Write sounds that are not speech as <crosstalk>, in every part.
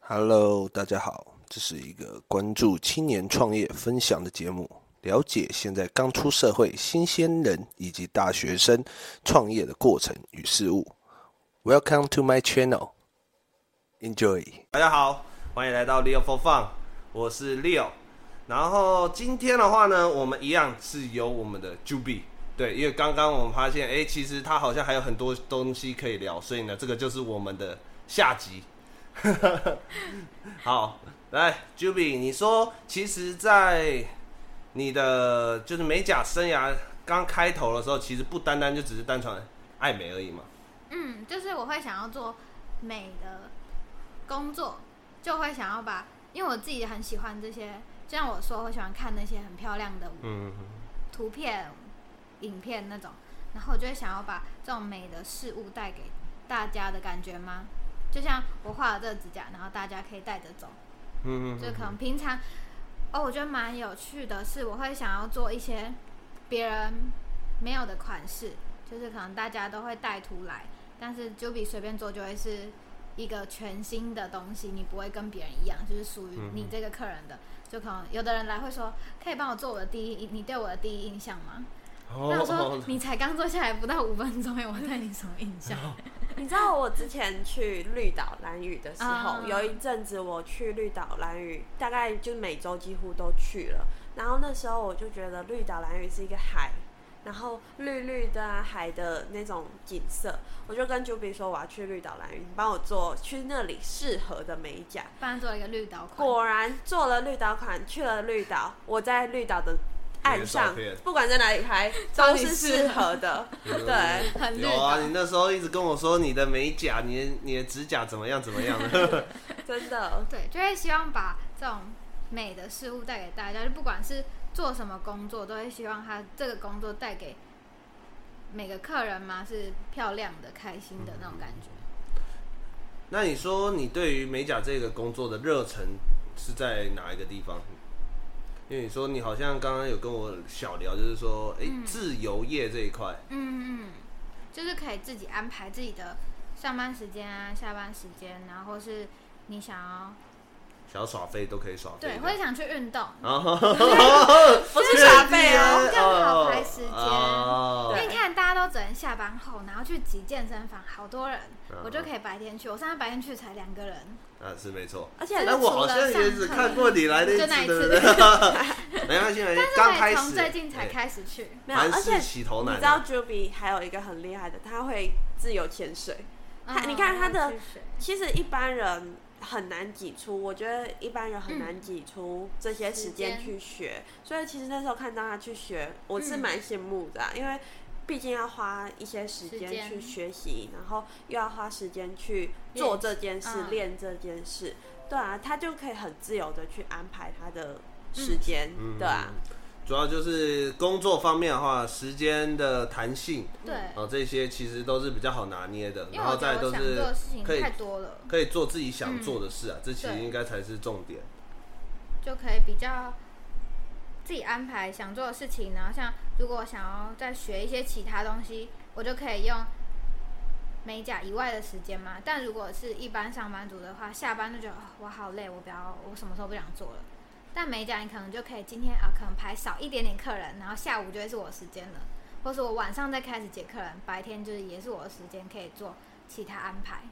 Hello，大家好，这是一个关注青年创业分享的节目，了解现在刚出社会新鲜人以及大学生创业的过程与事物。Welcome to my channel. Enjoy. 大家好，欢迎来到 Leo for Fun，我是 Leo。然后今天的话呢，我们一样是由我们的 Juby，对，因为刚刚我们发现，哎，其实他好像还有很多东西可以聊，所以呢，这个就是我们的下集。好，来 Juby，你说，其实，在你的就是美甲生涯刚开头的时候，其实不单单就只是单纯爱美而已嘛。嗯，就是我会想要做美的工作，就会想要把，因为我自己很喜欢这些，就像我说，我喜欢看那些很漂亮的嗯，图片、影片那种，然后我就会想要把这种美的事物带给大家的感觉吗？就像我画了这个指甲，然后大家可以带着走，嗯就可能平常哦，我觉得蛮有趣的是，我会想要做一些别人没有的款式，就是可能大家都会带图来，但是 Juby 随便做就会是一个全新的东西，你不会跟别人一样，就是属于嗯你这个客人的。就可能有的人来会说，可以帮我做我的第一，你对我的第一印象吗？哦那我说你才刚坐下来不到五分钟，我对你什么印象？哦你知道我之前去绿岛蓝屿的时候，啊有一阵子我去绿岛蓝屿，大概就每周几乎都去了。然后那时候我就觉得绿岛蓝屿是一个海，然后绿绿的、啊、海的那种景色，我就跟 Juby 说我要去绿岛蓝屿，你帮我做去那里适合的美甲。帮他做了一个绿岛款，果然做 <laughs> 了绿岛款，去了绿岛，我在绿岛的岸上你的照片，不管在哪里拍，都是适合 <laughs> 的。对，很绿有啊，岛。你那时候一直跟我说你的美甲、你的你的指甲怎么样怎么样的， <laughs> 真的。对，就会希望把这种美的事物带给大家，就不管是做什么工作，都会希望他这个工作带给每个客人嘛是漂亮的、开心的那种感觉。那你说你对于美甲这个工作的热忱是在哪一个地方？因为你说你好像刚刚有跟我小聊，就是说，哎、嗯自由业这一块，嗯嗯，就是可以自己安排自己的上班时间啊、下班时间，然后或是你想要想要耍飞都可以耍飞对，的，或者想去运动，啊，不 <laughs> 是耍废哦这样好排时间因哦为你看，大家都只能下班后，然后去挤健身房，好多人，我就以，可以白天去。我上次白天去才两个人，啊，是没错。而且就是哎，我好像也只看过你来那一就那次，一对不次对？ <laughs> 没关系，没关系，刚但开是我也始，从最近才哎开始去。没有，凡而事且起头难啊你知道 Juby 还有一个很厉害的，他会自由潜水。他你看他的嗯是其实一般人很难挤出，我觉得一般人很难挤出这些时间时间去学。所以其实那时候看到他去学，我是嗯蛮羡慕的啊、因为毕竟要花一些时时间间去学习，然后又要花时间去做这件事、嗯练这件事。对啊，他就可以很自由的去安排他的嗯时间，对啊。嗯主要就是工作方面的话，时间的弹性，嗯对，哦，这些其实都是比较好拿捏的，因为然我后觉再得都我想做是的事情可以太多了，可以做自己想做的事啊，这其实对应该才是重点。就可以比较自己安排想做的事情。然后像如果我想要再学一些其他东西，我就可以用美甲以外的时间嘛。但如果是一般上班族的话，下班就觉得、哦、我好累，我不要，我什么时候不想做了。但美甲你可能就可以今天啊，可能排少一点点客人，然后下午就会是我的时间了，或是我晚上再开始接客人，白天就是也是我的时间可以做其他安排。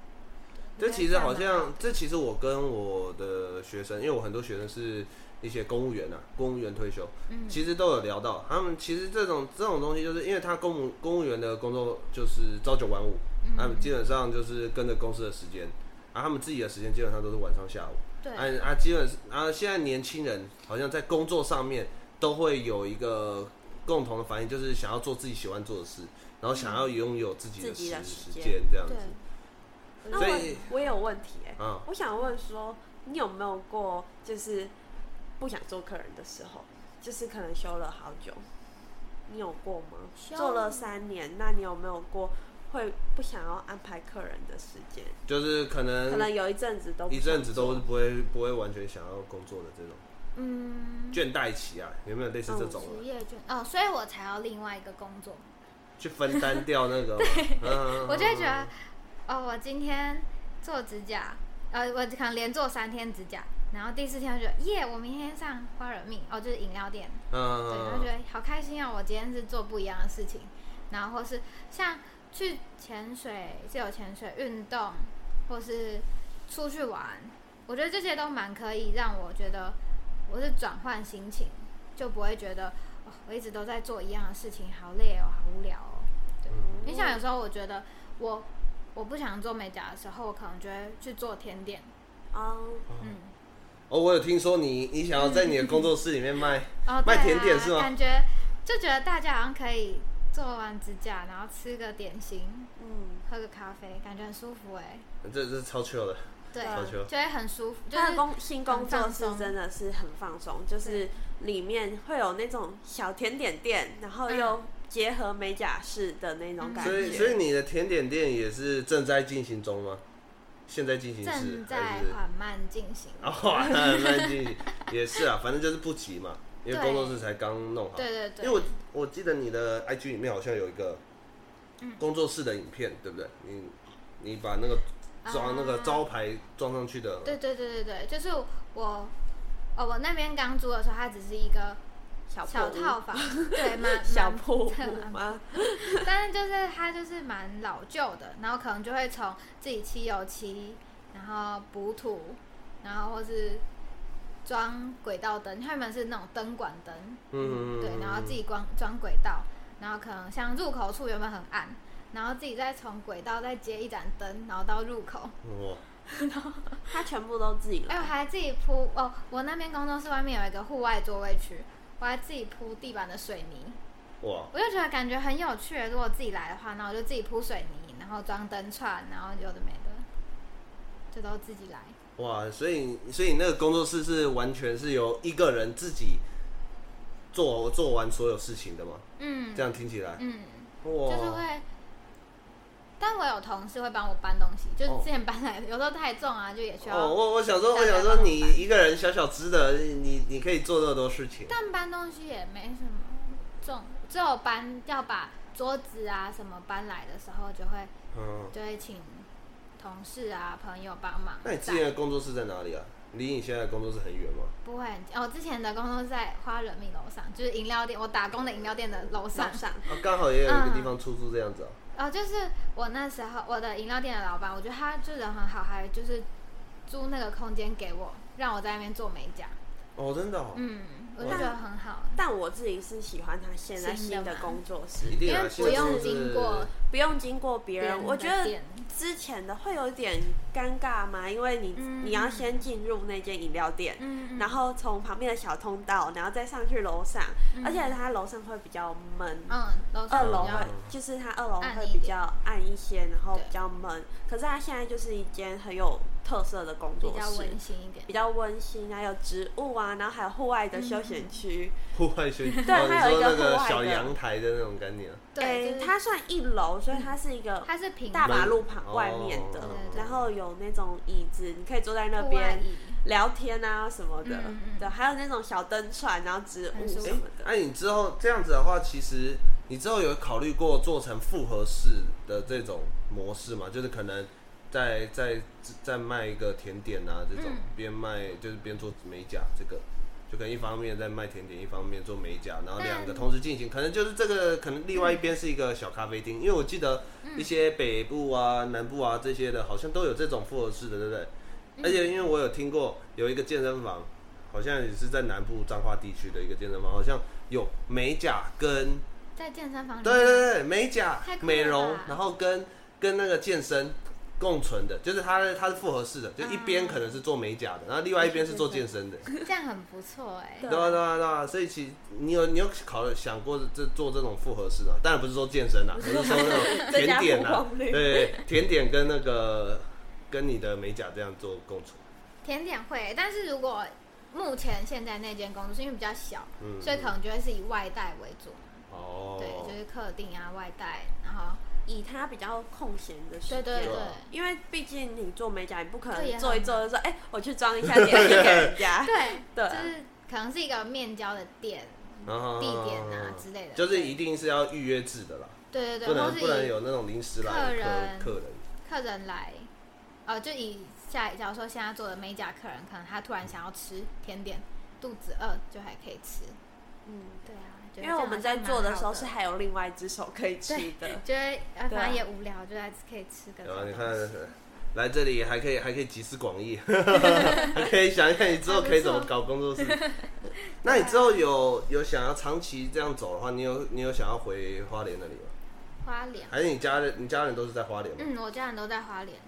这其实好这样蛮好像，这其实我跟我的学生，因为我很多学生是一些公务员啊，公务员退休，嗯其实都有聊到，他们其实这种这种东西，就是因为他公务公务员的工作就是朝九晚五，嗯他们基本上就是跟着公司的时间，啊，他们自己的时间基本上都是晚上下午。对，啊啊，基本是啊，现在年轻人好像在工作上面都会有一个共同的反应，就是想要做自己喜欢做的事，然后想要拥有自己的自己的时时间间这样子对。，那所我以我有问题哎、啊。我想问说，你有没有过就是不想做客人的时候，就是可能休了好久，你有过吗？休做了三年，那你有没有过会不想要安排客人的时间？就是可可能能有一阵子都不嗯一阵子想都做是不会不会完全想要工作的这种嗯，倦怠期啊，有没有类似这种啊职业倦哦，所以我才要另外一个工作，去分 <laughs> 担掉那个嘛？嗯我就会觉得哦，我今天做指甲，呃，我可能连做三天指甲，然后第四天我就觉得耶，我明天上花惹蜜哦，就是饮料店，对，然后觉得嗯，好开心哦，我今天是做不一样的事情，然后或是像去潜水、自由潜水、运动，或是出去玩，我觉得这些都蛮可以让我觉得我是转换心情，就不会觉得、哦、我一直都在做一样的事情，好累哦，好无聊哦。对，你想有时候我觉得我我不想做美甲的时候，我可能就会去做甜点，嗯，嗯，哦，我有听说你你想要在你的工作室里面卖，哦，对卖甜点啊是吗感觉就觉得大家好像可以做完指甲，然后吃个点心，嗯，喝个咖啡，感觉很舒服哎、这这是超 chill 的，对，超 chill。就会很舒服，就他是的工新工作放室松真的是很放松，就是里面会有那种小甜点店，然嗯后又结合美甲室的那种感所以所觉。以你的甜点店也是正在进行中吗？现在进行时正还在是？缓慢进行。哦， <laughs> 缓慢进行也是啊，反正就是不急嘛，因为对工作室才刚弄好。对对对，因为我我记得你的 IG 里面好像有一个嗯工作室的影片，对不对？你你把那个装啊那个招牌装上去的，对对对对对，就是我，哦，我那边刚租的时候，它只是一个小小破屋套房，对，蛮小啊蛮破对屋蛮吗？但是就是它就是蛮老旧的，然后可能就会从自己漆油漆，然后补土，然后或是装轨道灯，他们是那种灯管灯，嗯，对，然后自己装装轨道，然后可能像入口处原本很暗，然后自己再从轨道再接一盏灯，然后到入口，嗯哇，他全部都自己哎，我来，还自己铺哦，我那边工作室外面有一个户外座位区，我还自己铺地板的水泥，哇，我就觉得感觉很有趣。如果自己来的话，那我就自己铺水泥，然后装灯串，然后有的没的，就都自己来。哇，所以所以那个工作室是完全是由一个人自己做做完所有事情的吗？嗯这样听起来，嗯，哇，就是会。但我有同事会帮我搬东西，就是哦之前搬来，有时候太重啊，就也需要。哦，我我想说，大我家想帮说，忙你搬一个人小小只的，你你可以做那么多事情，但搬东西也没什么重，只有搬要把桌子啊什么搬来的时候就会嗯，就会请同事啊、朋友帮忙。那你之前的工作室在哪里啊？离你现在的工作室很远吗？不会很近哦，之前的工作是在花人米楼上，就是饮料店，我打工的饮料店的楼上楼。上啊，刚好也有一个嗯地方出租这样子啊。哦，就是我那时候我的饮料店的老板，我觉得他就人很好，还就是租那个空间给我，让我在那边做美甲。哦，真的、哦，嗯，我就觉得很好，但我自己是喜欢他现在新的新的吗工作室，一定因啊为不用经过不用经过别别人人。的我觉得店之前的会有一点尴尬嘛，因为你、嗯你要先进入那间饮料店，嗯，嗯然后从旁边的小通道，然后再上去楼上，而且它楼上会比较闷。嗯，楼上二楼啊比较会，就是它二楼暗会一比点较暗一些，然后对比较闷。可是它现在就是一间很有特色的工比作较室，温馨一点。比较温馨啊，有植物啊，然后还有户外的休闲区。户外 <laughs> 休息，对对它有一个那个户外的小阳台的那种概念啊、对，诶就是嗯它算一楼，所以它是一个它是平哎大马路门旁外面的哦，然后有那种椅子，你可以坐在那户外边椅，聊天啊什么的嗯嗯。嗯对，还有那种小灯串，然后植物很舒服什么那、的。啊你之后这样子的话，其实你之后有考虑过做成复合式的这种模式吗？就是可能在在在卖一个甜点啊，这种嗯边、卖就是边做美甲这个。就可能一方面在卖甜点，一方面做美甲，然后但两个同时进行，可能就是这个，可能另外一边是一个小咖啡厅，因为我记得嗯一些北部啊、南部啊这些的，好像都有这种复合式的，对不对？嗯而且因为我有听过有一个健身房，好像也是在南部彰化地区的一个健身房，好像有美甲跟在健身房里面。对对对美甲嗯太酷了吧美容，然后跟跟那个健身共存的，就是它的它是复合式的，就一边可能是做美甲的，然后另外一边是做健身的，这样很不错哎、对对啊对啊对啊，所以其实你有你有考虑想过这做这种复合式的，当然不是说健身啦，我是说那种增甜加点曝啊，光对率对，甜点跟那个跟你的美甲这样做共存，甜点会，但是如果目前现在那间公司因为比较小，嗯，所以可能就会是以外带为主，哦，对，就是客定啊外带，然后以它比较空闲的时对间，对对对啊因为毕竟你做美甲，你不可对也很能做一做就说，哎、我去装一下点心给人家。对，对啊就是嗯可能是一个面交的店地地点啊之类的就是一定是要预约制的啦，对对不对，或能是不能以有那种临时来的客人客客人。客人来，哦、呃，就以下假如说现在做的美甲客人，可能他突然想要吃甜点，肚子饿就还可以吃。嗯，对啊，觉得因为我们在做这的样时好候像是蛮好还有另外一只手可以吃的的，，觉得呃对啊反正也无聊，就来可以吃个这对吧？种你东看西。，来这里还可以还可以集思 <laughs> 广益，你可以想一看你之后可以怎么搞工作室。啊 <laughs> 那你之后有有想要长期这样走的话，你有你有想要回花莲那里吗？花莲，还是你家人你家人都是在花莲吗？嗯，我家人都在花莲，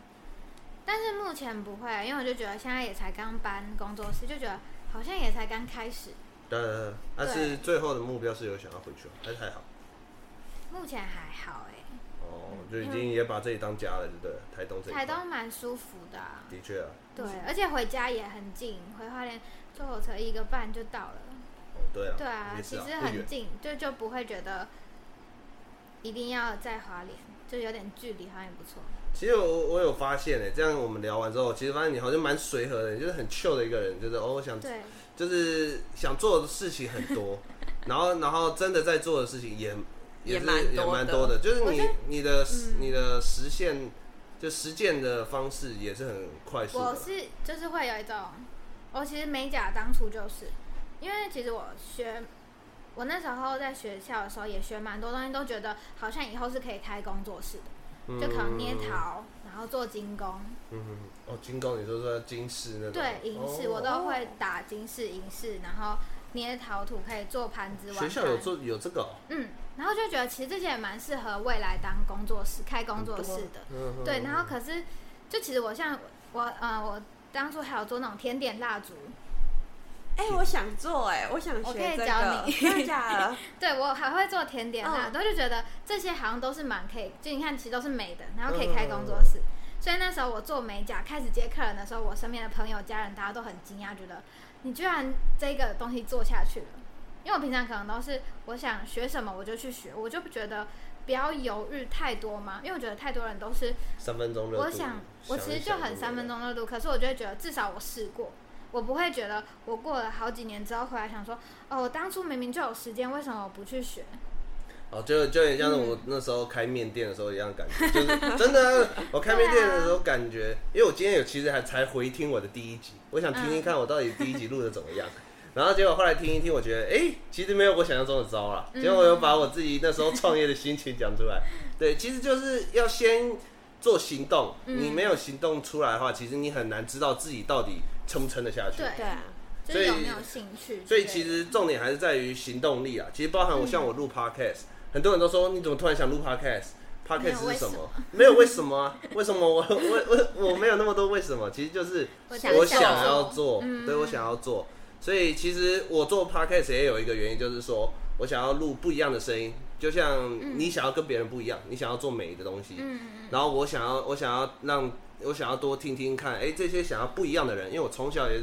但是目前不会，因为我就觉得现在也才刚搬工作室，就觉得好像也才刚开始，对对对，但是最后的目标是有想要回去吗，还是还好？目前还好哎、哦，就已经也把这里当家了，对不对？台东这一台块东蛮舒服的啊、的确啊，对，嗯而且回家也很近，回花莲坐火车一个半就到了。哦对啊，对啊，也其是实不远很近，就就不会觉得一定要在花莲，就有点距离，好像也不错。其实我我有发现诶，欸这样我们聊完之后，其实发现你好像蛮随和的，你就是很 chill 的一个人，就是哦，我想对，就是想做的事情 <laughs> 很多，然后然后真的在做的事情也也是蛮也多蛮的多的，就是我你觉得嗯你的、你的实现就实践的方式也是很快速我的，是就是会有一种，我其实美甲当初就是，因为其实我学，我那时候在学校的时候也学蛮多东西，都觉得好像以后是可以开工作室的，就可能捏陶，然后做精工，嗯，嗯嗯哦，金工，你说说金饰那种，对银饰、我哦都会打金饰、银饰，然后捏陶土可以做盘子碗学盘。校有做有这个、哦，嗯，然后就觉得其实这些也蛮适合未来当工作室、开工作室的。嗯嗯对，然后可是就其实我像我呃，我当初还有做那种甜点蜡烛，哎、我想做哎、我想我可学以这教个，你真的假 <laughs> 的？对我还会做甜点蜡烛，我就觉得这些好像都是蛮可以，就你看其实都是美的，然后可以开工作室。所以那时候我做美甲开始接客人的时候，我身边的朋友、家人大家都很惊讶，觉得你居然这个东西做下去了。因为我平常可能都是我想学什么我就去学，我就觉得不要犹豫太多嘛，因为我觉得太多人都是三分钟热度我想，我其实一就想很没三分有钟热度，可是我就会觉得至少我试过，我不会觉得我过了好几年之后回来想说，哦，我当初明明就有时间，为什么我不去学？哦，就就有点像是我那时候开面店的时候一样感觉，就是真的啊、我开面店的时候感觉，因为我今天有其实还才回听我的第一集，我想听听看我到底第一集录的怎么样。然后结果后来听一听，我觉得哎、诶其实没有我想象中的糟啦。结果我又把我自己那时候创业的心情讲出来。对，其实就是要先做行动，你没有行动出来的话，其实你很难知道自己到底撑不撑得下去。对对啊，就所以是有没有兴趣之类的？所以其实重点还是在于行动力啊。其实包含我像我录 podcast，、很多人都说你怎么突然想录 podcast？podcast 是什么？没有为什么啊？为什么我 <laughs> 我我我没有那么多为什么？其实就是我想我想想要做嗯做，对我想要做。所以其实我做 podcast 也有一个原因，就是说我想要录不一样的声音，就像你想要跟别人不一样，你想要做美的东西，嗯，然后我想要，我想要让我想要多听听看，哎，这些想要不一样的人，因为我从小也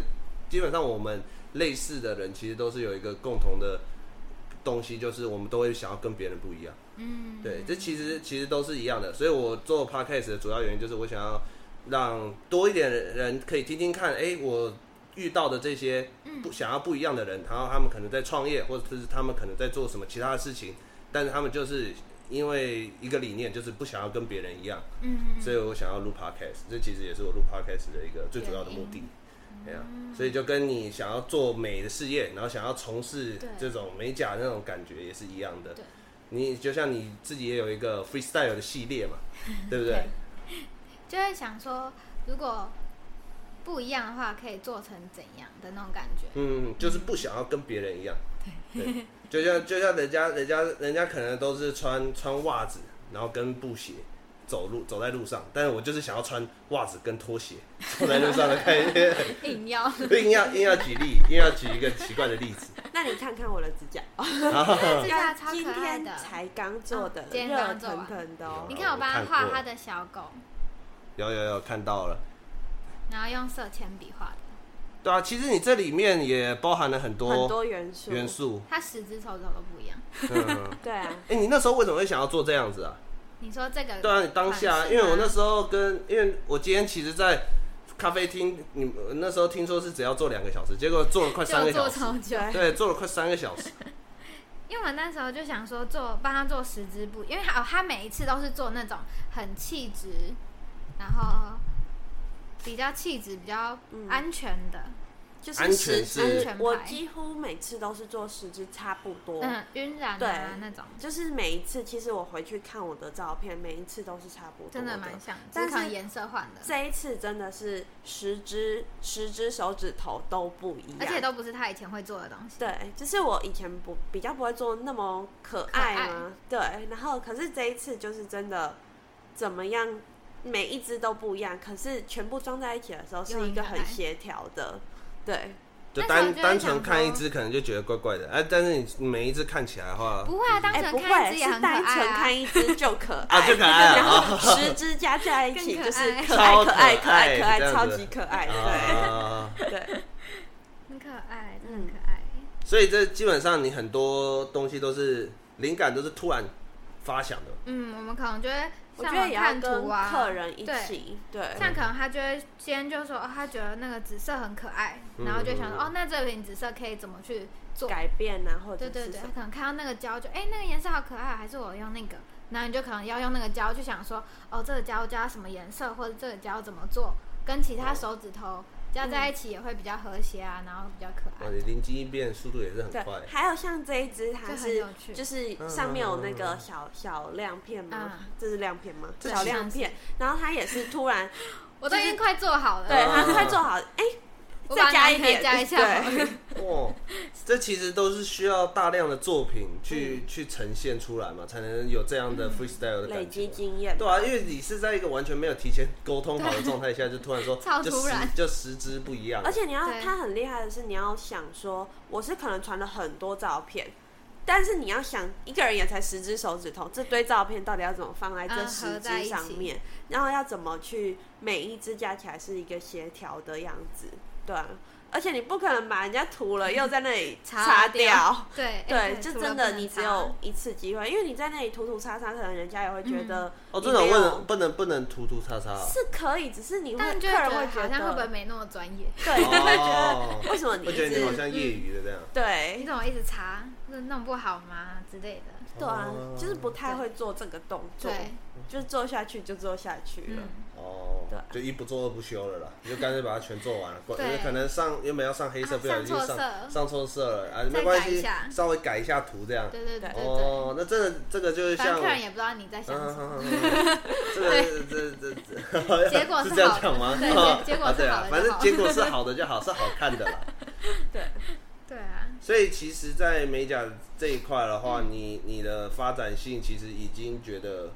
基本上我们类似的人，其实都是有一个共同的东西，就是我们都会想要跟别人不一样。嗯嗯，对，这其实其实都是一样的。所以我做 podcast 的主要原因就是我想要让多一点人可以听听看，哎，我遇到的这些嗯不想要不一样的人，然后他们可能在创业，或者是他们可能在做什么其他的事情，但是他们就是因为一个理念，就是不想要跟别人一样，嗯，所以我想要录 podcast，这其实也是我录 podcast 的一个最主要的目的。对啊，嗯所以就跟你想要做美的事业，然后想要从事对这种美甲那种感觉也是一样的对。你就像你自己也有一个 freestyle 的系列嘛， <laughs> 对不对？就会想说，如果不一样的话，可以做成怎样的那种感觉？嗯，就是不想要跟别人一样。对，就像就像人家人家人家可能都是穿穿袜子，然后跟布鞋走路走在路上，但是我就是想要穿袜子跟拖鞋走在路上的概念。 <laughs> 硬要硬要硬要举例，硬要举一个奇怪的例子。那你看看我的指甲，指甲哦超今可爱天的，才刚做的嗯，今天热刚做腾完腾的哦你。看我帮他我看画过他的小狗，有有有，看到了。然后用色铅笔画的，对啊，其实你这里面也包含了很很多多元素，哦元素。他十只手指头都不一样。嗯，对啊，哎、你那时候为什么会想要做这样子啊？你说这个对啊，你当下，款式因为我吗那时候跟，因为我今天其实，在咖啡厅，你们那时候听说是只要做两个小时，结果做了快三就做个小时，超久，对，做了快三个小时。因为我那时候就想说做帮他做十支布，因为他哦他每一次都是做那种很气质，然后比较气质比较嗯安全的，就是安十全是支安全，牌我几乎每次都是做十支差不多。嗯，晕染啊对那种，就是每一次，其实我回去看我的照片，每一次都是差不多真的蛮像，只是但可能是颜色换了，这一次真的是十只十只手指头都不一样，而且都不是他以前会做的东西。对，就是我以前不比较不会做那么可爱嘛，对，然后可是这一次就是真的怎么样，每一只都不一样，可是全部装在一起的时候有是一个很可很爱协调的，对，就那单时候就会单纯想看一说只可能就觉得怪怪的，哎、但是你每一只看起来的话，不会啊，当哎、成不看一会只也是很可单爱纯啊。看一只就 <laughs> 可爱，啊就可爱了然后啊十只加在一起更可就是爱可超爱可可爱爱可爱可这样爱，子超级可爱，对啊， <laughs> 对，很可爱，真的嗯很可爱。所以这基本上你很多东西都是灵感都是突然发想的，嗯，我们可能就会我觉上得网也要看跟图啊，客人一对起，对，像可能他就会先就说，哦，他觉得那个紫色很可爱，然后就想说，嗯嗯嗯哦，那这瓶紫色可以怎么去做？改变啊，或者对对是对，什他么，可能看到那个胶就，哎、那个颜色好可爱，还是我用那个？然后你就可能要用那个胶去想说，哦，这个胶加什么颜色，或者这个胶怎么做，跟其他手指头加在一起也会比较和谐啊，然后比较可哇，爱。你灵机一变速度也是很对快，，还有像这一只，它就很是有趣就是嗯上面有那嗯嗯个嗯小小亮片吗嗯？啊这是亮片吗？这小是亮片，然后它也是突然，我都已经快做好了，对，它快做好，哎，我把再加它一点，加一下好 <laughs> 对，哇，这其实都是需要大量的作品嗯去、去呈现出来嘛，才能有这样的 freestyle 的累感觉积。经验，对啊，因为你是在一个完全没有提前沟通好的状态下，就突然说，超就突十然就十支不一样，而且你要对，它很厉害的是，你要想说，我是可能传了很多照片，但是你要想，一个人也才十只手指头，这堆照片到底要怎么放在这嗯十合在只一起上面，然后要怎么去每一只加起来是一个协调的样子，对啊、而且你不可能把人家涂了又在那 <laughs> 里擦掉，对哎对，对就除了真不的能你只擦有一次机会，因为你在那里涂涂擦擦，可能人家也会觉嗯得哦，你这种没不有能不能不能涂涂擦擦啊、是可以，只是你会但客就会觉人得会好觉像会不会得，没那么专业？对，他会哦觉得为什么你我一觉得你好直像业余的这样。对你，怎么一直查？那弄不好吗之类的？对啊，哦就是不太对会做这个动作，对，就是做下去就做下去了。嗯，哦对啊，就一不做二不休了啦，你就干脆把它全做完了。管对可能上原本要上黑色，啊不小心上错上色上错色了啊，再没关改一系下，稍微改一下图这样。对对对对对，哦，那真的这个就是反正像客人也不知道你在想什么。嗯， <laughs> 这个这这这，结果是 <laughs> 是这样好的讲吗？对啊结结果啊是对好啊，的反就正好结果是好的就好，是好看的啦。对，嗯对啊，所以其实，在美甲这一块的话，嗯你你的发展性其实已经觉得，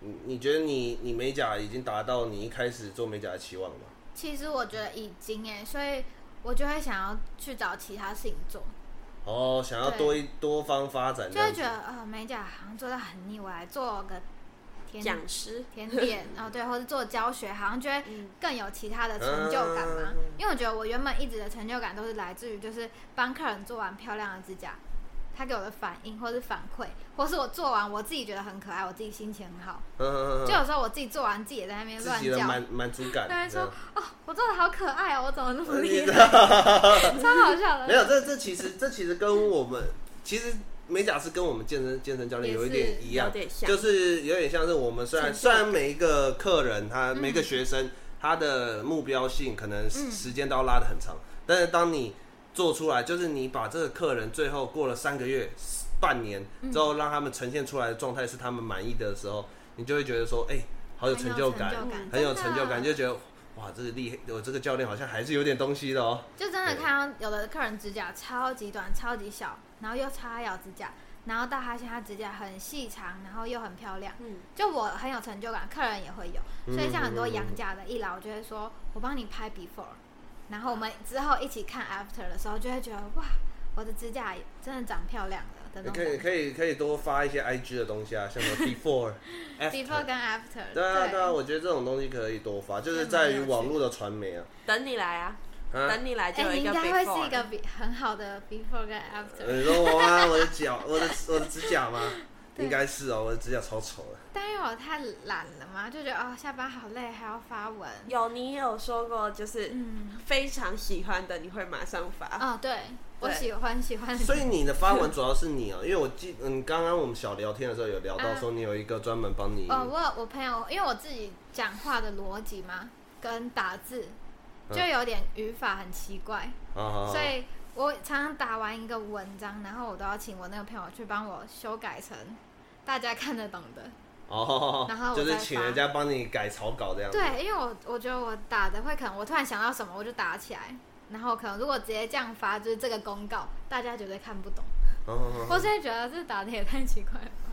你你觉得你你美甲已经达到你一开始做美甲的期望了吗？其实我觉得已经哎，所以我就会想要去找其他事情做，哦，想要对多一多方发展就这会样觉子，得啊、呃美甲好像做的很腻，我来做个甜讲师甜 <laughs> 点哦，对，或者做教学，好像就会嗯更有其他的成就感嘛。嗯因为我觉得我原本一直的成就感都是来自于就是帮客人做完漂亮的指甲，他给我的反应或是反馈，或是我做完我自己觉得很可爱，我自己心情很好。嗯嗯嗯就嗯，有时候我自己做完自己也在那边自乱己的满叫，满足感，大家这样说哦，我做的好可爱哦，我怎么那么厉你知害， <laughs> 超好笑的。 <laughs> 没有，这这其实这其实跟我们其实美甲是跟我们健身健身教练也是有一点一样有，点像就是有点像是我们虽然成就虽然每一个客人他嗯每个学生他的目标性可能时嗯时间都要拉得很长，但是当你做出来，就是你把这个客人最后过了三个月、半年之后，让他们呈现出来的状态是他们满意的时候，你就会觉得说，哎、好有很有成就成感就感，很有真的成就感，就啊觉得哇，这个厉害，我这个教练好像还是有点东西的哦、就真的看到有的客人指甲超级短、超级小，然后又插咬指甲，然后到他现在指甲很细长，然后又很漂亮，嗯，就我很有成就感，客人也会有。嗯所以像很多养甲的一来，我就会说我帮你拍 before，然后我们之后一起看 after 的时候，就会觉得哇，我的指甲真的长漂亮了的那你种可感以觉。可以可以多发一些 IG 的东西啊，像什 <laughs> 么 before、 before after。跟 after，对啊对啊，我觉得这种东西可以多发，就是在于网络的传媒啊。等你来啊，啊，等你来就哎、有你一应个该 before，啊会是一个比很好的 before 跟 after，、你说我啊，我的 <laughs> 脚，我的我的指甲吗？应该是哦，我的指甲超丑的。但因为我太懒了嘛，就觉得哦下班好累，还要发文。有你有说过，就是嗯，非常喜欢的，你会马上发。哦，对，我喜欢喜欢。所以你的发文主要是你哦，因为我记，嗯，刚刚我们小聊天的时候有啊哦聊到说你有一个专门帮你，哦，我有我朋友，因为我自己讲话的逻辑嘛，跟打字，嗯就有点语法很奇怪，啊所以我常常打完一个文章，然后我都要请我那个朋友去帮我修改成大家看得懂的。哦，然后我就是再请发人家帮你改草稿这样子。对，因为我我觉得我打的会可能我突然想到什么我就打起来，然后可能如果直接这样发，就是这个公告大家绝对看不懂。哦，我现在觉得这打的也太奇怪了吧。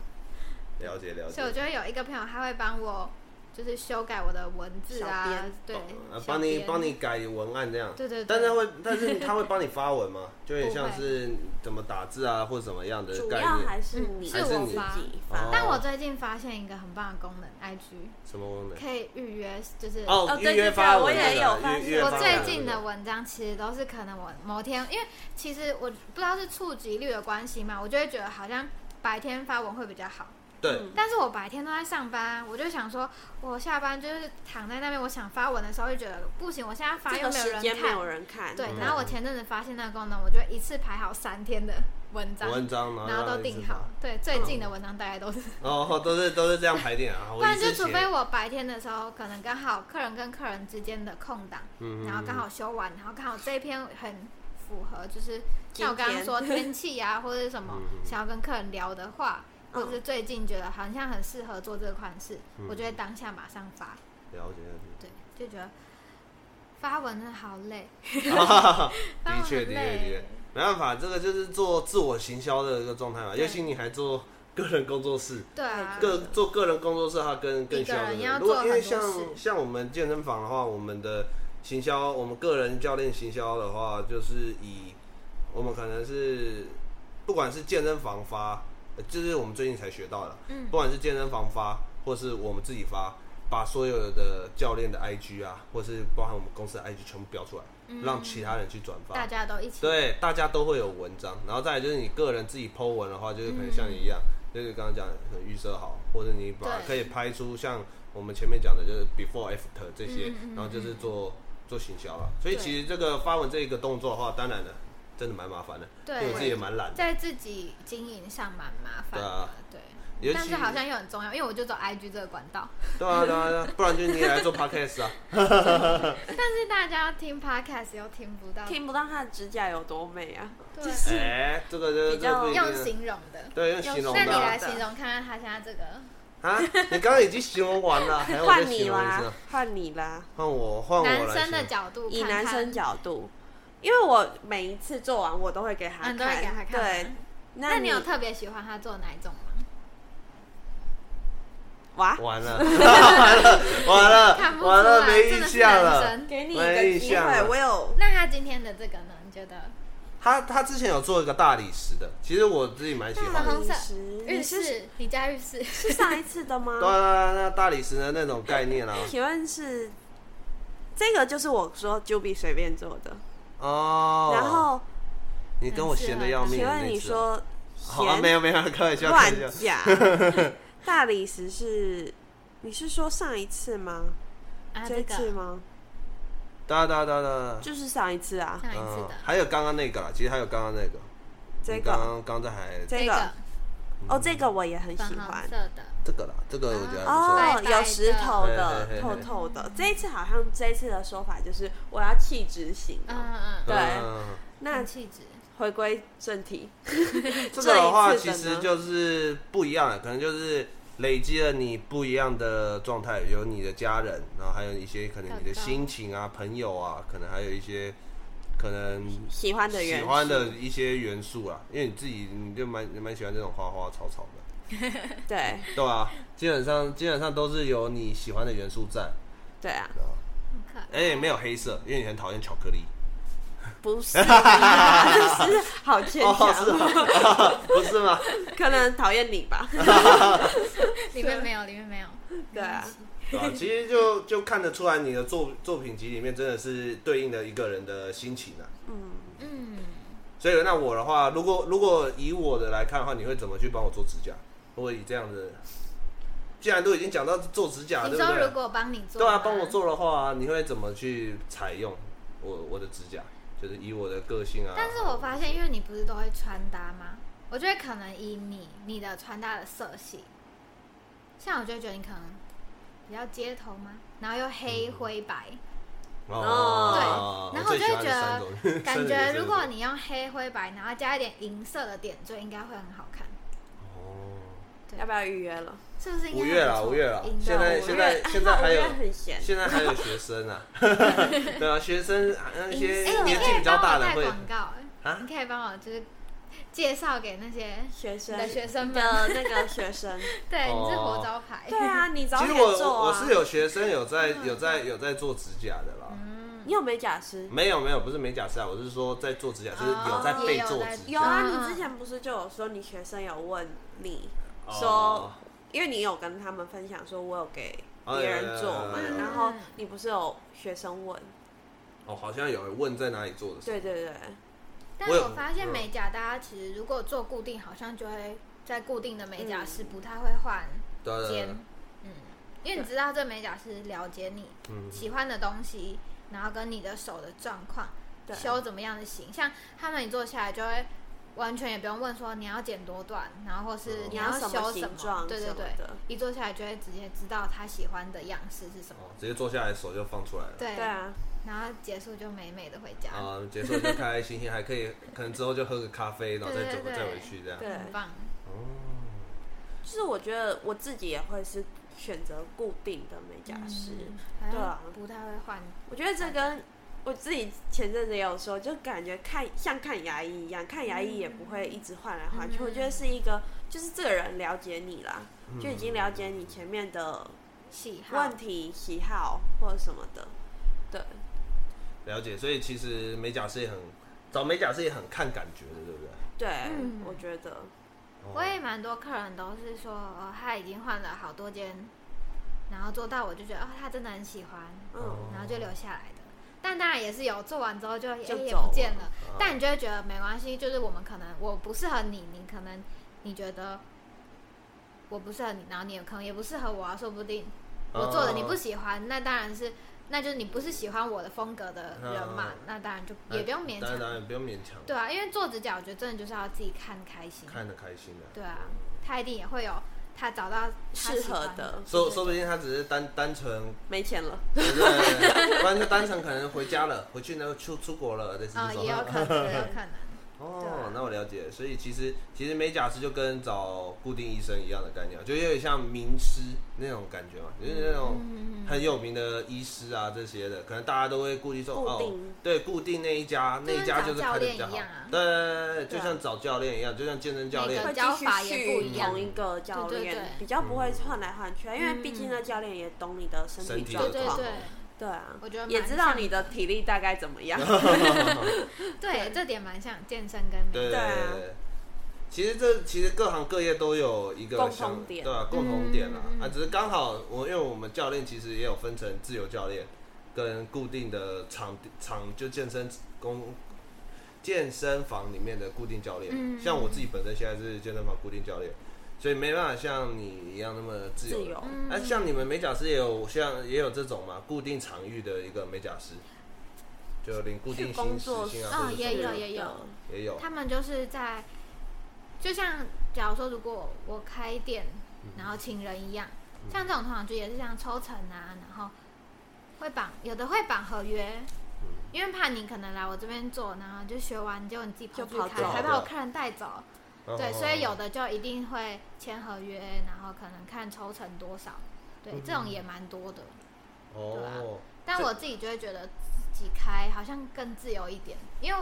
了解了解所以。我觉得有一个朋友他会帮我，就是修改我的文字小啊编，对呃，小帮你编帮你改文案这样，对对对但是他会，但是他会帮你发文 <laughs> 吗？就有点像不会是怎么打字啊，或者怎么样的主概要还念？是嗯你是自我己发哦发。但我最近发现一个很棒的功能，IG 什么功能？可以预约，就是哦哦，预对约对对发我文也那有个啊发预现约我发最文近那的个文章其实都是可能我某天，因为其实我不知道是触及率的关系嘛，我就会觉得好像白天发文会比较好。对，嗯但是我白天都在上班啊，我就想说，我下班就是躺在那边，我想发文的时候就觉得不行，我现在发这又个没有时间人没看有。人看，对嗯，然后我前阵子发现那个功能，我就一次排好三天的文章，文章，然后让都你定知道好。对，最近的文章大概都是哦， <laughs> 都是都是这样排定啊。不我然一就次除写非我白天的时候，可能刚好客人跟客人之间的空档，嗯然后刚好修完，然后刚好这一篇很符合，就是像我刚今刚天 <laughs> 说天气啊，或者是什么嗯嗯想要跟客人聊的话，或者嗯是最近觉得好像很适合做这款式，嗯我就会当下马上发，了解了对，就觉得发文真的好 <laughs> 累， <laughs> 解。发啊的文确很的确的确累，，没办法，这个就是做自我行销的一个状态嘛。对尤其你还做个人工作室，对啊，个做个人工作室，它更更一需个要人这个要如果做因为很多像事像我们健身房的话，我们的行销，我们个人教练行销的话，就是以我们可能是不管是健身房发，呃就是我们最近才学到的，嗯不管是健身房发，或是我们自己发。把所有的教练的 IG 啊，或是包含我们公司的 IG 全部标出来，嗯让其他人去转发。大家都一起，对，大家都会有文章，然后再来就是你个人自己 Po 文的话，就是可能像你一样，就是刚刚讲的可能预设好，或者你把嗯对可以拍出像我们前面讲的，就是 before after 这些，嗯嗯嗯然后就是做做行销了。所以对其实这个发文这一个动作的话，当然了，真的蛮麻烦的，对因为我自己也蛮懒的，在自己经营上蛮麻烦对啊的，对。尤但其是好像又很重要，因为我就走 IG 这个管 <laughs> 道。对啊对 <laughs> 啊，对啊不然就你也来做 podcast 啊，但是大家要听 podcast 又听不到，听不到他的指甲有多美啊！对哎、这个这个比这个较不一定啊用形容的。对用形容那的你啊来形容看看他现在这个，啊，你刚刚已经形容完了，还要我再换你形容一啦次啊，，换你啦，换我换我来男生形的容角度看看，以男生角度，因为我每一次做完我都会给他啊，看，你都会给他看。对，，那那你有特别喜欢他做哪一 <laughs> 种吗？哇？完了，完了，完看不了，出完了，来，没真印的是象男了。生。给你一没个印机象会，了我有那他今天的这个呢？你觉得他他之前有做一个大理石的，其实我自己蛮喜那欢么的。红色饮食浴你是室，你家浴 <laughs> 室，是上一次的吗对？啊，那大理石的那种概念啊，请问是这个就是我说 Juby 随便做的，哦，然后嗯你跟我闲的要命请的那次啊。问你说好啊，没嫌有没有，开玩笑，开玩乱笑。讲， <laughs> 大理石是你是说上一次吗？啊，这这一次个吗？哒哒哒哒。就是上一次啊，上一次嗯的，还有刚刚那个啦，其实还有刚刚那个，这你刚个刚刚才还这个嗯个哦，这个我也很粉喜红欢色的，这个啦，这个我觉得还哦白白，的有石头的嘿嘿嘿透嘿，透的。这一次好像这一次的说法就是我要气质型哦。嗯嗯嗯，不错。对嗯那很气质，回归正题，这个的话，这一次其的呢实就是不一样了，可能就是累积了你不一样的状态，有你的家人，然后还有一些可能你的心情啊、朋友啊，可能还有一些可能喜欢的喜元素欢的一些元素啊，因为你自己你就蛮你蛮喜欢这种花花草草的，对对吧、基本上基本上都是有你喜欢的元素在，对啊，知道吧很可爱。哎、没有黑色，因为你很讨厌巧克力。 <laughs> 不是啊，就是好牵哦，嗯强是，吗？不是吗？ <laughs> 可能讨厌你吧。 <laughs> 里面没有，里面没有。 <laughs> 对啊，对啊，其实就就看得出来你的作作品集里面真的是对应的一个人的心情啊。嗯，所以那我的话，如果如果以我的来看的话，你会怎么去帮我做指甲？如果以这样子，既然都已经讲到做指甲，你对不说如对？果帮你做，对啊，帮我。做的话，你会怎么去采用我我的指甲？就是以我的个性啊。但是我发现，因为你不是都会穿搭吗？我觉得可能以你你的穿搭的色系，像我就会觉得你可能比较街头嘛，然后又黑灰白，嗯哦，对然后我就会觉得我最喜欢这三种 <laughs> 感三觉种如果你用黑灰白，然后加一点银色的点缀，应该会很好看，哦对要不要预约了？啊是不是应该五很不错？啊月啦，五月啦，银现的在五现月在 <laughs> 现在还五有月很闲现在还有学生 <laughs> 啊，对啊，学生啊那些哎，你年可纪以比较帮大我的带会广告，哎啊你可以帮我就是介绍给那些学生的学生们，的那个 <laughs> 学生，对，你是哦活招牌，对啊，你早其点实做我啊。我我是有学生有在有在有在做指甲的啦，你有美甲师？没有没有不是美甲师啊，我是说在做指甲，就是有在哦被也有做在指有甲，啊，嗯你之前不是就有说你学生有问你哦说，因为你有跟他们分享说我有给哦别有人有做有嘛有有，然后你不是有学生问？哦好像有问在哪里做的时候，对对对， <laughs> 但我有我发现嗯美甲，大家其实如果做固定，好像就会在固定的美甲嗯师不太会换对对对尖，嗯，因为你知道这美甲师了解你嗯喜欢的东西，然后跟你的手的状况，对修怎么样的型，像他们你做下来就会完全也不用问说你要剪多短，然后或是嗯要你要什么修形什状对什对么对的，一做下来就会直接知道他喜欢的样式是什么，哦直接坐下来手就放出来了，对对，啊，然后结束就美美的回家，啊结束就开开心心，还可以可能之后就喝个咖啡，然后再对走对对再回去这样，对很棒，就是我觉得我自己也会是选择固定的美甲师，嗯好像对啊不太会换。我觉得这跟我自己前阵子也有说，就感觉看像看牙医一样，看牙医也不会一直换来换去。嗯我觉得是一个，就是这个人了解你啦，就已经了解你前面的喜好问题、喜好或者什么的。对，了解，所以其实美甲师也很找美甲师也很看感觉的，对不哦对？对，嗯我觉得我也蛮多客人都是说，哦、他已经换了好多间，然后做到我就觉得，哦，他真的很喜欢，哦嗯然后就留下来的。但当然也是有做完之后就也就也走不见了嗯了，啊但你就会觉得没关系，就是我们可能我不适合你，你可能你觉得我不适合你，然后你也可能也不适合我啊，说不定我做的你不喜哦欢，那当然是那就是你不是喜欢我的风格的人嘛，嗯那当然就也不用勉啊当然当强。然不用勉强，对啊，因为做指甲，我觉得真的就是要自己看开心。看得开心的、对啊，他一定也会有他找到他适喜合欢的说说不定他只是单单纯，没钱了，对不对？不然就单纯可能回家了，回去呢出出国了，类似啊、这种。也有可能，也有可能。对哦啊，那我了解。所以其实其实美甲师就跟找固定医生一样的概念，就有点像名师那种感觉嘛，就是那种嗯很有名的医师啊这些的，可能大家都会固定说固哦定，对，固定那一家，那就跟一家就是找教开的练比较一好样啊。对对对对，就对啊像找教练一样，就像健身教练每个会继教续法也不一续样同一个教对对练，对比较不会换来换去，啊因为毕竟嗯那教练也懂你的身身体体状对的对状况，况对对啊我觉得，也蛮知道像你的体力大概怎么样。对，这点蛮像健身跟美对对啊其实这其实各行各业都有一个共同相点对啊，共同点啦、嗯嗯啊，只是刚好我因为我们教练其实也有分成自由教练跟固定的场地场就健身公健身房里面的固定教练，嗯像我自己本身现在是健身房固定教练，所以没办法像你一样那么 <laughs> 自由自的。由，嗯那、像你们美甲师也有像也有这种嘛，固定场域的一个美甲师，就领固定去薪工时作薪室啊，或嗯者也什有么的也有的也有，他们就是在，就像假如说如果我开店，然后请人一样，嗯像这种通常就也是像抽成啊，然后会绑有的会绑合约。嗯因为怕你可能来我这边做，然后就学完，结果你自己跑就去跑开，走还把了我客人带走，对，嗯所以有的就一定会签合约，然后可能看抽成多少，嗯对，这种也蛮多的。对啊哦，但我自己就会觉得自己开好像更自由一点，因为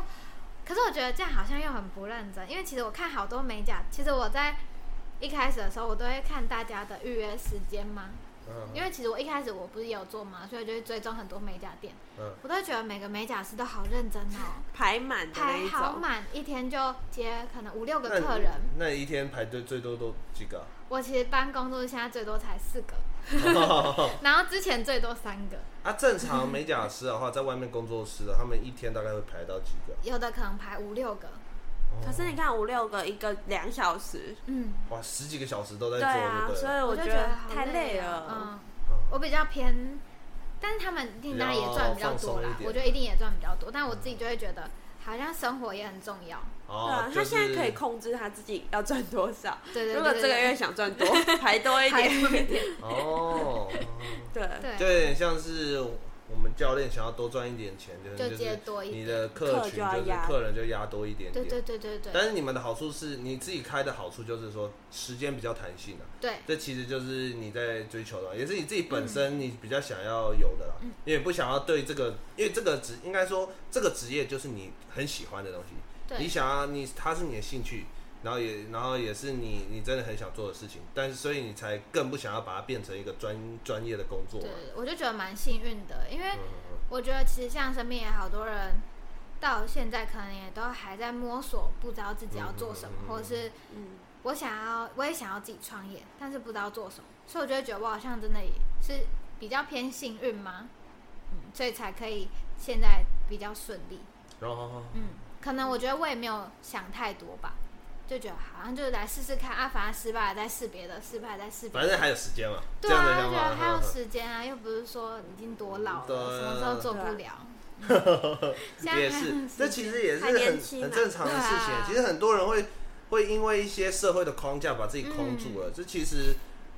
可是我觉得这样好像又很不认真，因为其实我看好多美甲，其实我在一开始的时候我都会看大家的预约时间嘛，嗯因为其实我一开始我不是也有做嘛，所以我就会追踪很多美甲店，嗯我都会觉得每个美甲师都好认真哦，排满的那排一好种，满，一天就接可能五六个那客人，那一天排队最多都几个啊？我其实搬工作室现在最多才四 <laughs> 个，然后之前最多三个，啊，正常 <laughs> 美甲师的话，在外面工作室的，他们一天大概会排到几个？有的可能排五六个，哦可是你看五六个一个两小时，嗯。哇，十几个小时都在对做，啊，对所了以啊我我就觉觉得得好太累累了。哦嗯，我比较偏，但是他们一定当然也赚比较多比较放松啦一，点嗯我觉得一定也赚比较多，但我自己就会觉得好像生活也很重要。哦，对啊，就他是现在可以控制他自己要赚多少。对对对如果这个月想赚多，排多一还点。 <laughs> 有一点， <laughs> 哦，对，对就有点像是我们教练想要多赚一点钱，可能就就是接多一你点的客客群就要就是压客人就压多一点对点。对对对对但是你们的好处是你自己开的好处就是说时间比较弹性啊，对这其实就是你在追求的嘛，也是你自己嗯本身你比较想要有的啦，因为不想要对这个，因为这个职应该说这个职业就是你很喜欢的东西，你对想要你它是你的兴趣，然后也然后也是你你真的很想做的事情，但是所以你才更不想要把它变成一个专专业的工作对嘛。，我就觉得蛮幸运的，因为嗯嗯我觉得其实像身边也好多人，到现在可能也都还在摸索，不知道自己要做什么，嗯嗯嗯嗯或者是嗯，我想要，我也想要自己创业，但是不知道做什么，所以我就会觉得我好像真的也是比较偏幸运吗？嗯，所以才可以现在比较顺利。嗯然后嗯，可能我觉得我也没有想太多吧，就觉得好像就是来试试看啊，反正失败了再试别的，失败了再试别反正的。还有时间嘛，这对样啊，的就想觉法得还有嗯嗯时间啊，又不是说已经多老对啊了，什么时候做不对了？现在还也是很，这时其间实也是还很年轻很嘛正常的对事情。啊其实很多人会会因为一些社会的框架把自己框住了，这其实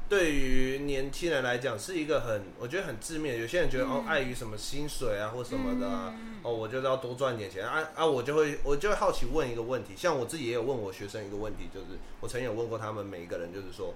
对于年轻人来讲是一个很，我觉得很致命的。有些人觉得、哦，碍于什么薪水啊或什么的、啊，哦，我就是要多赚点钱啊啊，我就会我就会好奇问一个问题，像我自己也有问我学生一个问题，就是我曾经有问过他们每一个人，就是说，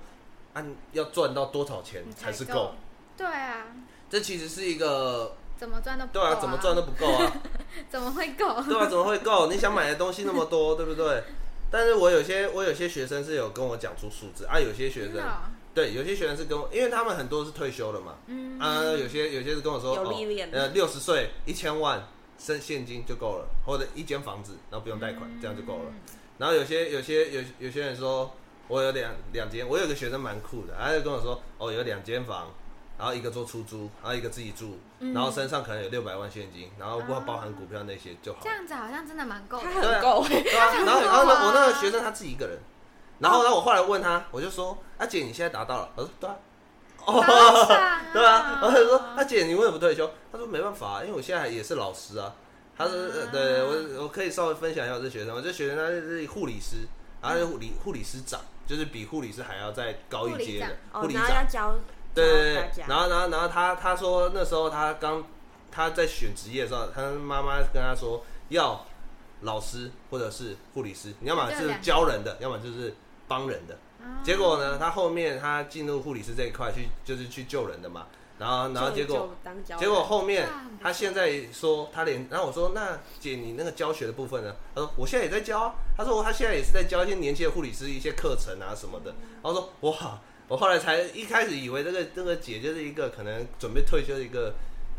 啊，你要赚到多少钱你才才是够够？对啊，这其实是一个怎么赚都不对够、啊，怎么赚都不够啊。怎么会够？对啊，怎么会够？你想买的东西那么多，对不对？但是我有些我有些学生是有跟我讲出数字啊，有些学真生的哦对，有些学生是跟我，因为他们很多是退休了嘛，嗯啊，有些有些是跟我说，有历练哦、呃，六十岁一千万生现金就够了，或者一间房子，然后不用贷款，这样就够了。然后有些有些有有些人说，我有两两间，我有个学生蛮酷的，他就跟我说，哦，有两间房，然后一个做出租，然后一个自己住，然后身上可能有六百万现金，然后不包含股票那些就好了这。样子好像真的蛮够他的。很够欸，对 <laughs> 啊，然后然后很酷啊呢，我那个学生他自己一个人，然后呢，我后来问他，我就说，阿、姐你现在达到了，我说对啊，好爽啊嗯对啊，然后他就说，阿、姐你为什么不退休？他说没办法、啊因为我现在也是老师啊。他说，呃啊对我我可以稍微分享一下我这学生，我这学生他是护理师，然后他是护理护理师长，就是比护理师还要再高一阶的护哦，理然后。长要教对对教对大，家，然后然后然后他他说那时候他刚他在选职业的时候，他妈妈跟他说要老师或者是护理师，你要么这是两个教人的，要么就是帮人的。啊结果呢，他后面他进入护理师这一块去，就是去救人的嘛。然后然后就结果就当教结果后面哇很不错他现在说他连，然后我说那姐你那个教学的部分呢？他说我现在也在教啊，他说他现在也是在教一些年轻的护理师一些课程啊什么的。然后说哇，我后来才一开始以为这个这个姐就是一个可能准备退休的一个，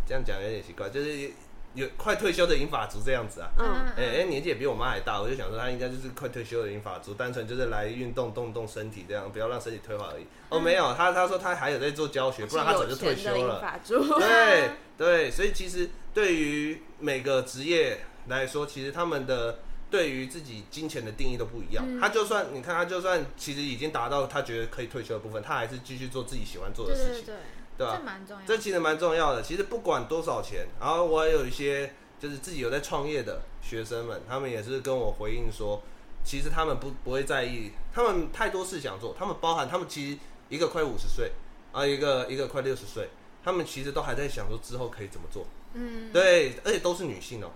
这样讲有点奇怪，就是有快退休的银发族这样子啊。嗯，哎、哎，年纪也比我妈还大，我就想说她应该就是快退休的银发族，单纯就是来运动动动身体，这样不要让身体退化而已。哦，没有，她她说她还有在做教学，不然她早就退嗯休是有钱的了银。发 <laughs> 啊族，对对，所以其实对于每个职业来说，其实他们的对于自己金钱的定义都不一样。嗯他就算你看，他就算其实已经达到他觉得可以退休的部分，他还是继续做自己喜欢做对的事对情，对，对吧、这蛮重要这的。其实蛮重要的。其实不管多少钱，然后我也有一些就是自己有在创业的学生们，他们也是跟我回应说，其实他们不不会在意，他们太多事想做，他们包含他们其实一个快五十岁，啊一个一个快六十岁，他们其实都还在想说之后可以怎么做。嗯，对，而且都是女性哦、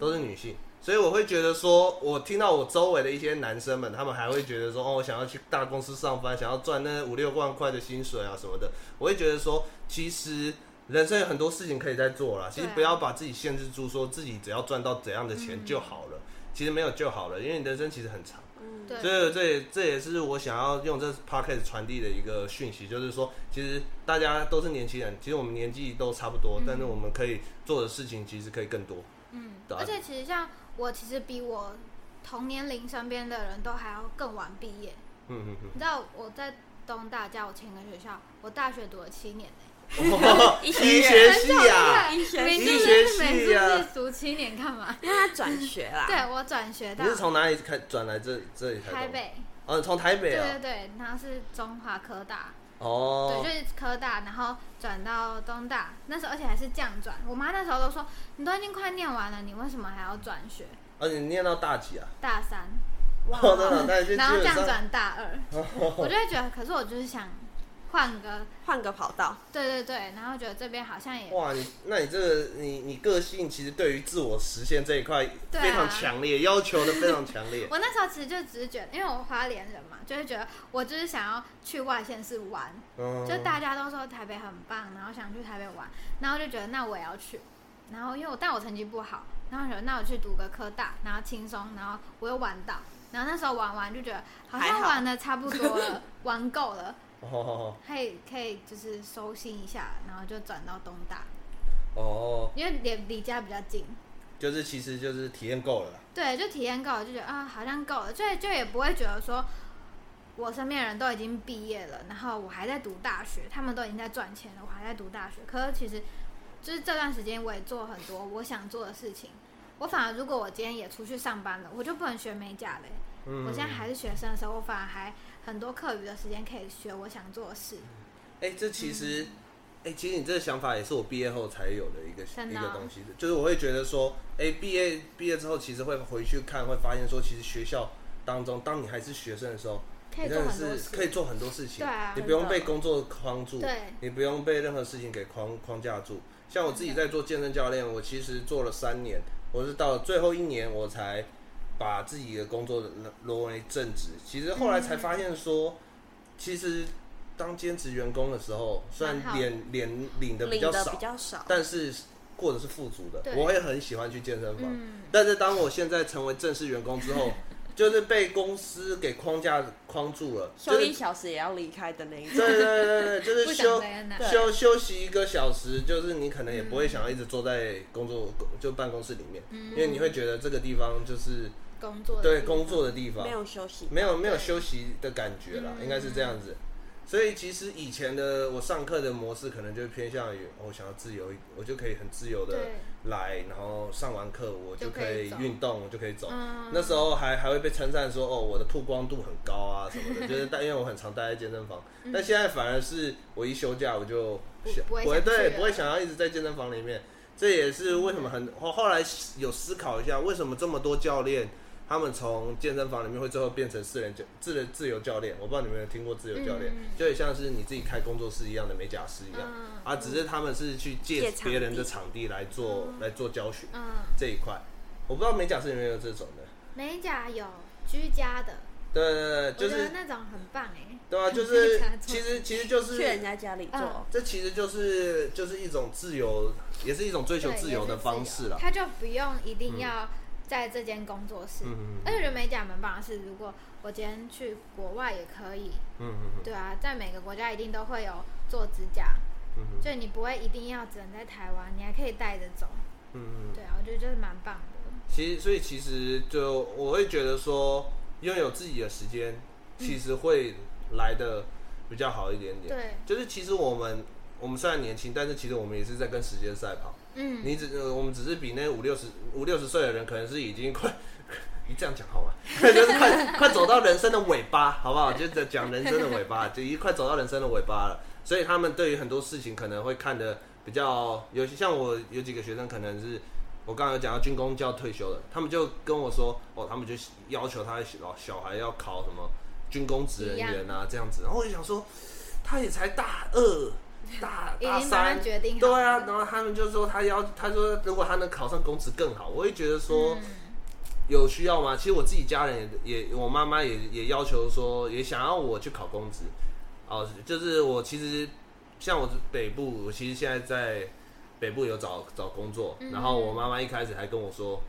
都是女性，所以我会觉得说，我听到我周围的一些男生们，他们还会觉得说，哦，我想要去大公司上班，想要赚那五六万块的薪水啊什么的，我会觉得说，其实人生有很多事情可以再做啦，其实对啊不要把自己限制住，说自己只要赚到怎样的嗯钱就好了，其实没有就好了，因为人生其实很长。嗯对所以这也这也是我想要用这 podcast 传递的一个讯息，就是说，其实大家都是年轻人，其实我们年纪都差不多，但是我们可以做的事情其实可以更多。嗯，对啊而且其实像我，其实比我同年龄身边的人都还要更晚毕业。嗯嗯嗯。你知道我在东大叫我前个学校，我大学读了七年欸 <laughs> 医嗯 <laughs> 医哎学学院，系呀，啊，明学系明就是每次自己读七年干嘛？因为他转学啦， <laughs> 对我转学到你是从哪里开转来这这里台东台？北，哦，你从台北对啊对。对，然后是中华科大，对，哦就。是科大，然后转到东大，那时候而且还是降转。我妈那时候都说，你都已经快念完了，你为什么还要转学？而且你念到大几啊？大三，哇，哦， <laughs> 真的，那就基然后本这样上 <laughs> 哦转大二，我就会觉得，可是我就是想换个，换个跑道，对对对，然后觉得这边好像也哇，你那你这个你你个性其实对于自我实现这一块对啊。非常强烈，要求的非常强烈我那时候其实就只是觉得，因为我花莲人嘛，就会觉得我就是想要去外县市玩，嗯，就大家都说台北很棒，然后想去台北玩，然后就觉得那我也要去，然后因为我但我成绩不好，然后觉得那我去读个科大，然后轻松，然后我又玩到，然后那时候玩完就觉得好还像好玩的差不多 <laughs> 了，玩够了，哦可以可以就是收心一下，然后就转到东大，哦，因为离离家比较近，就是其实就是体验够了啦。对，就体验够了，就觉得啊，好像够了，就就也不会觉得说，我身边的人都已经毕业了，然后我还在读大学，他们都已经在赚钱了，我还在读大学。可是其实，就是这段时间我也做很多我想做的事情。我反而如果我今天也出去上班了，我就不能学美甲嘞、嗯，我现在还是学生的时候，我反而还很多课余的时间可以学我想做的事。哎、这其嗯实，哎、其实你这个想法也是我毕业后才有的一个真一的个哦东西，就是我会觉得说，哎、毕业毕业之后，其实会回去看，会发现说，其实学校当中，当你还是学生的时候，可以你做真的很多是事可以做很多事情，对啊你不真用的被工作框住，对你不用被任何事情给框框架住。像我自己在做健身教练，我其实做了三年，我是到了最后一年我才把自己的工作沦为正职。其实后来嗯才发现说，其实当兼职员工的时候，虽然蛮好的脸脸领的比领较的少比，较少，但是过的是富足的对。我也很喜欢去健身房，嗯，但是当我现在成为正式员 <laughs> 工之后，就是被公司给框架框住了，就休是一小时也要离开的那一种对，对 <laughs> 对对，就不是想休这样啊休休息一个小时，就是你可能也不会想要一直坐在工作就办公室里面，因为你会觉得这个地方就是工嗯作的对地工作的地方没，有休息，没有没有对休息的感觉啦，嗯应该是这样子。所以其实以前的我上课的模式可能就偏向于哦我想要自由一，我就可以很自由的对，来，然后上完课我就就可可以以走运动，我就可以走。嗯那时候还还会被称赞说哦，我的曝光度很高啊什 <laughs> 么的，就是但因为我很常待在健身房，但现在反而是我一休假我就嗯不想不会会想去对了不会想要一直在健身房里面，这也是为什么很嗯后后来有思考一下，为什么这么多教练他们从健身房里面会最后变成私人教自人自由教练？我不知道你们有没有听过自由教练，嗯就也像是你自己开工作室一样的美甲师一样、嗯啊，只是他们是去借借场别人的地场地来做、来做教学嗯，这一块，我不知道美甲师有没有这种的。美甲有居家的，对对对，就我觉得是哦那种很棒哎、<laughs> 对啊，就美是甲做其实其实就是去人家家里做嗯，这其实就是就是一种自由，也是一种追求对自由也是的方式啦。他就不用一定要在这间工作室。嗯嗯而且我觉得美甲蛮棒的是，如果我今天去国外也可以，嗯嗯对啊，在每个国家一定都会有做指甲，嗯嗯所以你不会一定要只能在台湾，你还可以带着走。嗯嗯。对啊，我觉得就是蛮棒的。其实，所以其实就我会觉得说，拥有自己的时间，其实会来的比较好一点点。对，就是其实我们我们虽然年轻，但是其实我们也是在跟时间赛跑。嗯，你只呃我们只是比那五六十五六十岁的人，可能是已经快， <laughs> 你这样讲好吗？ <laughs> 就是快快走到人生的尾巴，好不好？就在讲人生的尾巴，就已经快走到人生的尾巴了。所以他们对于很多事情可能会看得比较，尤其像我有几个学生，可能是我刚刚有讲到军工教退休的，他们就跟我说，哦，他们就要求他小小孩要考什么军工职人员啊这样子，然后我就想说，他也才大二。大 <laughs> 已经大慢三慢决定好对啊，然后他们就说他要，他说如果他能考上公职更好，我会觉得嗯说、有需要吗？其实我自己家人也也，我妈妈也也要求说，也想要我去考公职。哦，就是我其实像我北部，我其实现在在北部有找找工作，嗯然后我妈妈一开始还跟我说，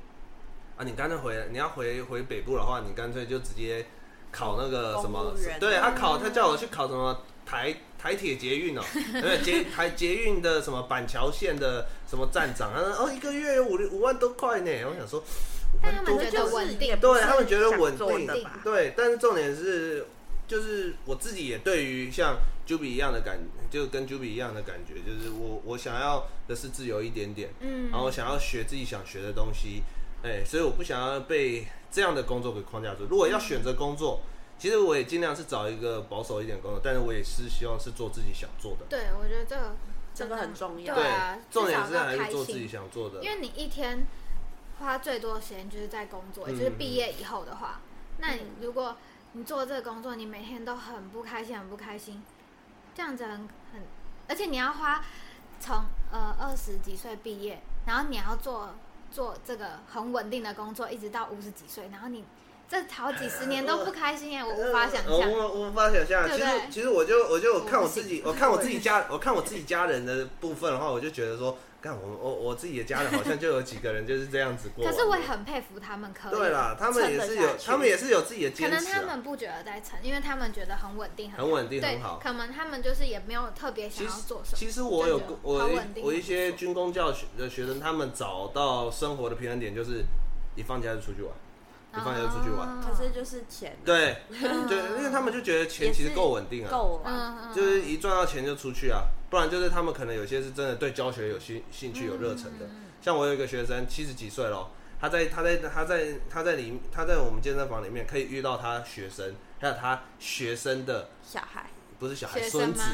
啊，你干脆回来，你要回回北部的话，你干脆就直接考那个什么公务，员对他嗯考，他叫我去考什么台台铁捷运哦、 <laughs> 对捷台捷运的什么板桥线的什么站长，啊，哦，一个月五六五万多块呢，我想说，五但万他多们觉得稳定，对他们觉得稳定定的吧？对，但是重点是，就是我自己也对于像 Juby 一样的感，就跟 Juby 一样的感觉，就是我我想要的是自由一点点，嗯然后我想要学自己想学的东西，哎、所以我不想要被这样的工作给框架住。如果要选择工作，其实我也尽量是找一个保守一点的工作，但是我也是希望是做自己想做的。对，我觉得这个这个很重要对啊，重点至是少要还开是做自心己想做的。因为你一天花最多的时间就是在工作，嗯也就是毕业以后的话，那你如果你做这个工作，你每天都很不开心，很不开心，这样子很很，而且你要花从呃二十几岁毕业，然后你要做做这个很稳定的工作，一直到五十几岁，然后你这好几十年都不开心哎，我无法想呃象。我我无法想象。对其不实对其实我就我就看我自己，我我不行看我自己家，我看我自己家人的部分的话，我就觉得说，看我我我自己的家人好像就有几个人就是这样子过可完的。是我也很佩服他们可以，对啦，他们也是撑得下，有去他们也是有自己的可坚能持、他啊，们不觉得在撑，因为他们觉得很稳定，很稳定，对很，好。可能他们就是也没有特别想其要实做什么。其实我有就觉得我好一稳定啊我一很不些错军工教学的学生，他们找到生活的平衡点就是，一放假就出去玩，一放假就出去玩。啊可是就是钱对，嗯对，因为他们就觉得钱也其是实够稳定啊，够啊，嗯嗯，就是一赚到钱就出去啊，不然就是他们可能有些是真的对教学有兴兴趣、有热忱嗯的。像我有一个学生，七十几岁咯，他在他在他在他在里他在我们健身房里面可以遇到他学生，还有他学生的小孩不是小孩学孙生子。吗？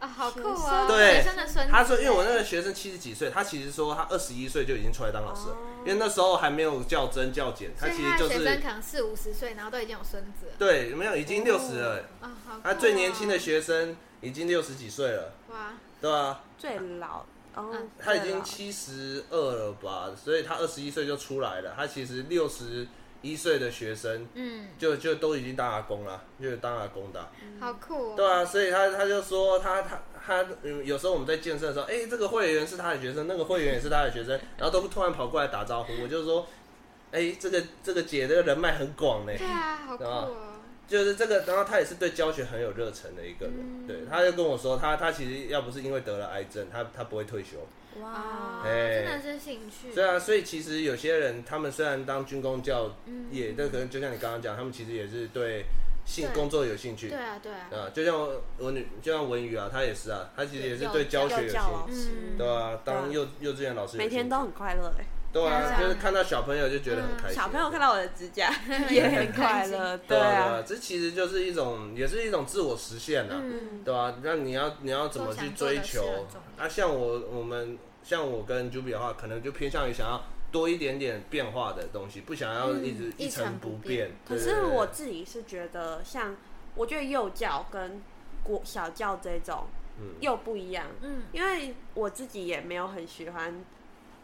啊，好酷啊！学生对学生的孙子，欸他说，因为我那个学生七十几岁，他其实说他二十一岁就已经出来当老师了哦，因为那时候还没有较真较简，所以其实就的学生是可能四五十岁，然后都已经有孙子了。对，没有已经六十了，啊，好酷哦！他最年轻的学生已经六十几岁了，哇，对吧、最老哦嗯，他已最经老七十二了吧，所以他二十一岁就出来了。他其实六十一岁的学生嗯，就就都已经当阿公了，就是当阿公的啊、好酷哦！对啊，所以他他就说他他他，嗯有时候我们在健身的时候，哎、这个会员是他的学生，那个会员也是他的学生，然后都突然跑过来打招呼，我就说，哎、这个这个姐这个人脉很广呢、对啊，好酷哦！就是这个，然后他也是对教学很有热忱的一个人，嗯对，他就跟我说，他他其实要不是因为得了癌症，他他不会退休。啊，哇，哎真的是兴趣。对啊，所以其实有些人他们虽然当军工教嗯业，但可能就像你刚刚讲，他们其实也是对性对工作有兴趣对。啊，对啊，啊，就像我我女，就像文宇啊，她也是啊，她其实也是对教学有幼兴教老趣，师嗯，对啊，当幼幼稚园老师有每天兴趣都很快乐哎。对对啊，啊就是看到小朋友就觉嗯得很开心。小朋友看到我的指甲 <laughs> 也很快乐，对啊，对啊啊，，这其实就是一种，也是一种自我实现啊，嗯，对啊，那你要你要怎么去追都想做求的事很重？要啊，像我我们像我跟 Juby 的话，可能就偏向于想要多一点点变化的东西，不想要一直、嗯一成不变。可对是对对我自己是觉得，像我觉得幼教跟国小教这种嗯又不一样，嗯因为我自己也没有很喜欢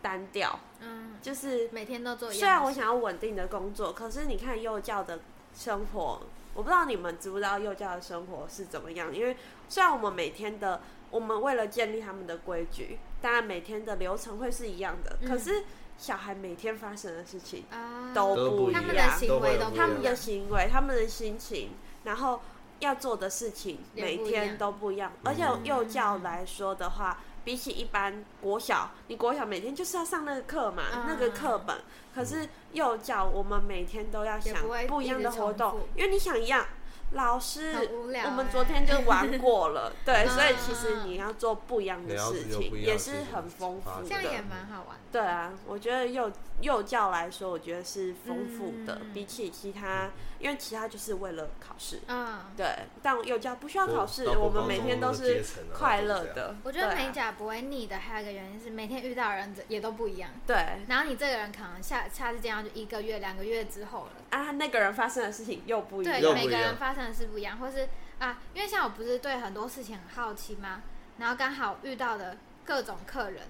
单调，嗯，就是每天都做一虽然样我的事。想要稳定的工作，可是你看幼教的生活，我不知道你们知不知道幼教的生活是怎么样。因为虽然我们每天的，我们为了建立他们的规矩，当然每天的流程会是一样的，嗯可是小孩每天发生的事情，啊，都都不不一一样，他样们的行为都都会有不一他样们的行为、他们的心情，然后要做的事情，也每不一样天都不一嗯样。而且幼教来说的话，比起一般国小，你国小每天就是要上那个课嘛，嗯那个课本。可是幼教，我们每天都要想也不会不一样的活一直动重，因为你想一样。老师很无，聊我们欸昨天就玩过了，对， <laughs> 嗯所以其实你要做不一样你的要事有情不，一样的也事是情很丰发富生这样的也。蛮好玩的。对啊，我觉得幼幼教来说，我觉得是丰富的，嗯比起其他，因为其他就是为了考试。嗯，对，但幼教不需要考试，对我们每天都是啊快乐的。我觉得对美啊甲不会腻的，还有一个原因是每天遇到的人也都不一样。对然后你这个人可能下下次见到就一个月、两个月之后了，啊，那个人发生的事情又不一样。对又，不一每个样人发生的事不一样，或是啊，因为像我不是对很多事情很好奇吗？然后刚好遇到的各种客人，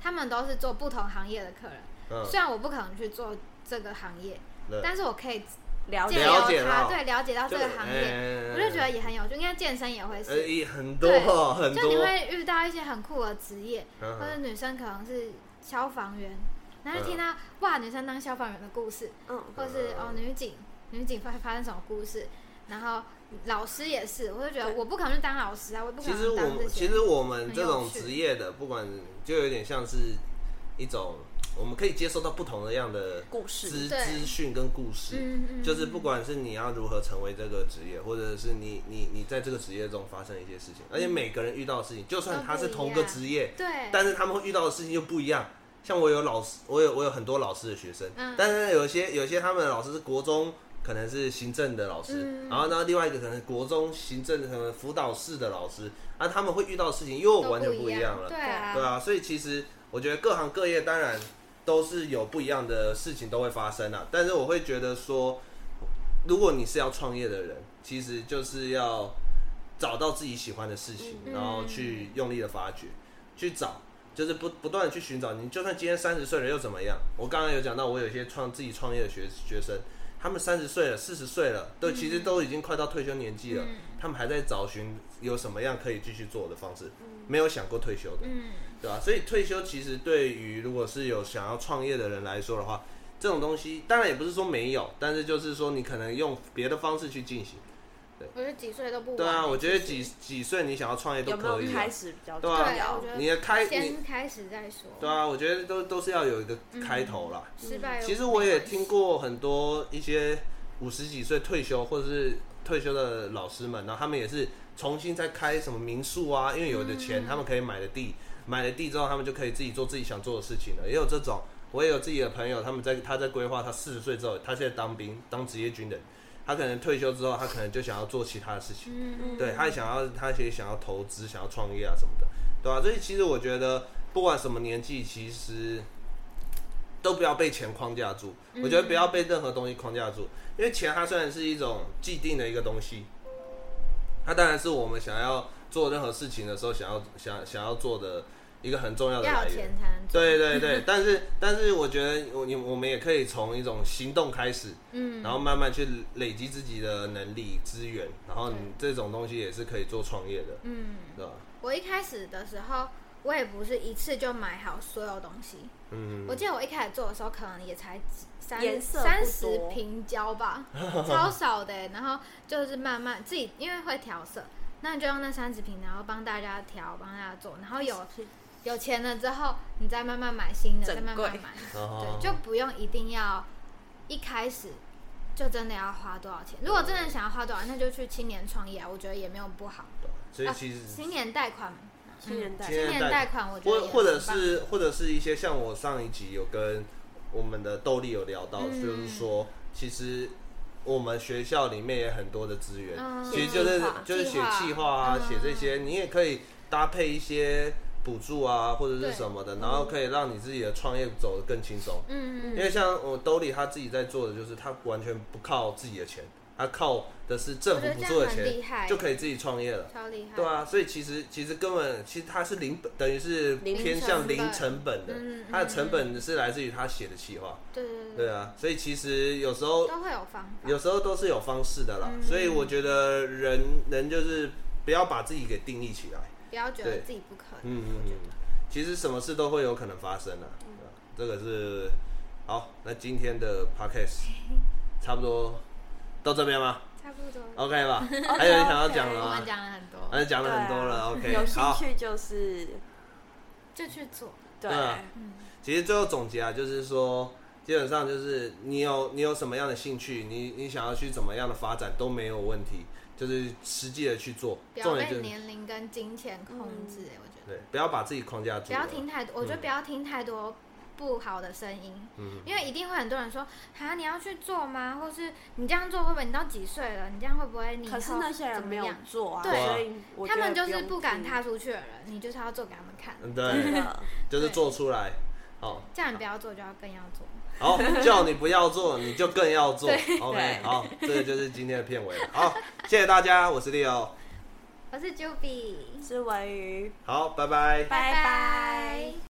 他们都是做不同行业的客人，嗯，虽然我不可能去做这个行业，对但是我可以了借解了由解他到对了解到这个行业，业我就觉得也很有趣，因为健身也会嗯呃，是，也很多对很就你多，会遇到一些很酷的职业，嗯或者女生可能是消防员，然后就嗯听到、哇女生当消防员的故事，嗯，或是嗯哦女警女警发发生什么故事，然后老师也是，我就觉得对我不可能去当老师啊，我也不可其实能当我这其些实。我们很这有种趣职业的，不管就有点像是一种，我们可以接受到不同的样的故资事。对资讯跟故事。嗯嗯，就是不管是你要如何成为这个职业，或者是你你你在这个职业中发生一些事情，而且嗯每个人遇到的事情，就算他是同个职业，对，但是他们会遇到的事情就不一样。像我有老师，我有我有很多老师的学生，嗯但是有些有些他们的老师是国中可能是行政的老师，嗯然后呢另外一个可能国中行政可能辅导室的老师，啊他们会遇到的事情又都完全不不一样了，对啊，对啊，所以其实我觉得各行各业当然都是有不一样的事情都会发生啊。但是我会觉得说，如果你是要创业的人，其实就是要找到自己喜欢的事情，嗯然后去用力的发掘，去找。就是不不断的去寻找，你就算今天三十岁了又怎么样？我刚刚有讲到，我有一些创自己创业的学学生，他们三十岁了、四十岁了，都其实都已经快到退休年纪了，嗯他们还在找寻有什么样可以继续做的方式，没有想过退休的，嗯，对吧、所以退休其实对于如果是有想要创业的人来说的话，这种东西当然也不是说没有，但是就是说你可能用别的方式去进行。我觉得几岁都不晚。对啊，我觉得其几实几岁你想要创业都有没可有以、啊开，始比较对重啊对，要我？觉你得的开你先开始再说。对啊，我觉得都都是要有一个开头啦。嗯失败又其实我也听没关系，过很多一些五十几岁退休或者是退休的老师们，然后他们也是重新再开什么民宿啊，因为有的嗯钱他们可以买了地，买了地之后他们就可以自己做自己想做的事情了。也有这种，我也有自己的朋友，他们在他在规划他四十岁之后，他现在当兵当职业军人，他可能退休之后，他可能就想要做其他的事情。嗯对他也想要，他也想要投资，想要创业啊什么的，对吧、所以其实我觉得，不管什么年纪，其实都不要被钱框架住。我觉得不要被任何东西框架住，因为钱它虽然是一种既定的一个东西，它当然是我们想要做任何事情的时候想要想想要做的一个很重要嗯，的要来有源。钱才能做。对对对，但是但是我觉得我你我们也可以从一种行动开始，嗯，然后慢慢去累积自己的能力资源，然后你这种东西也是可以做创业的，嗯，对吧？我一开始的时候，我也不是一次就买好所有东西。嗯，我记得我一开始做的时候，可能也才三颜色不三十多平胶 <laughs> 吧，超少的欸。然后就是慢慢自己，因为会调色，那你就用那三十瓶，然后帮大家调，帮大家做。然后有有钱了之后，你再慢慢买新的，整再慢慢柜买，然后对，就不用一定要一开始就真的要花多少钱。如果真的想要花多少，那就去青年创业啊，我觉得也没有不好。对吧所以啊，其实青年贷款，青年代青青年贷款，我觉得或也或者很棒是或者是一些像我上一集有跟我们的豆力有聊到，嗯就是说其实。我们学校里面也很多的资源，嗯其实就是计划就是写计划计划啊，嗯写这些，你也可以搭配一些补助啊，或者是对什么的，然后可以让你自己的创业走得更轻松。嗯嗯因为像我兜里他自己在做的，就是他完全不靠自己的钱，他靠的是政府补助我觉得这的样很厉害钱，就可以自己创业了。超厉害，对啊，所以其实其实根本其实他是零本，等于是零偏成向本零成本的嗯嗯，他的成本是来自于他写的企划。对对对对，啊，所以其实有时候都会有方法。有时候都是有方式的啦。嗯所以我觉得人人就是不要把自己给定义起来。不要觉得对自己不可能。嗯嗯嗯，其实什么事都会有可能发生的、嗯对吧这个是好。那今天的 <laughs> podcast 差不多到这边吗差不多，<laughs>？OK 吧？ OK，还有人想要讲的我吗们？讲了很多，正讲了很多了对啊有，OK。兴好，趣就是就去做。对对啊其实最后总结啊，就是说，基本上就是你有你有什么样的兴趣，你你想要去怎么样的发展都没有问题，就是实际的去做。不要重点就被是年龄跟金钱控制、我觉得对，不要把自己框架住不了。要听太多，我觉得不要听太多不好的声嗯音，因为一定会很多人说啊，你要去做吗？或是你这样做会不会你到几岁了？你这样会不会你以后可是那些人怎么没有样做啊，对所以我觉他得们就是用不敢急踏出去的人，你就是要做给他们看， <laughs> 嗯，真对，的就是做出来。好，这样你不要做就要更要做。好，叫你不要做，你就更要做。OK，对好，这个就是今天的片尾了。好，谢谢大家，我是 Leo。我是 Juby，是文鱼。好，拜拜。拜拜拜拜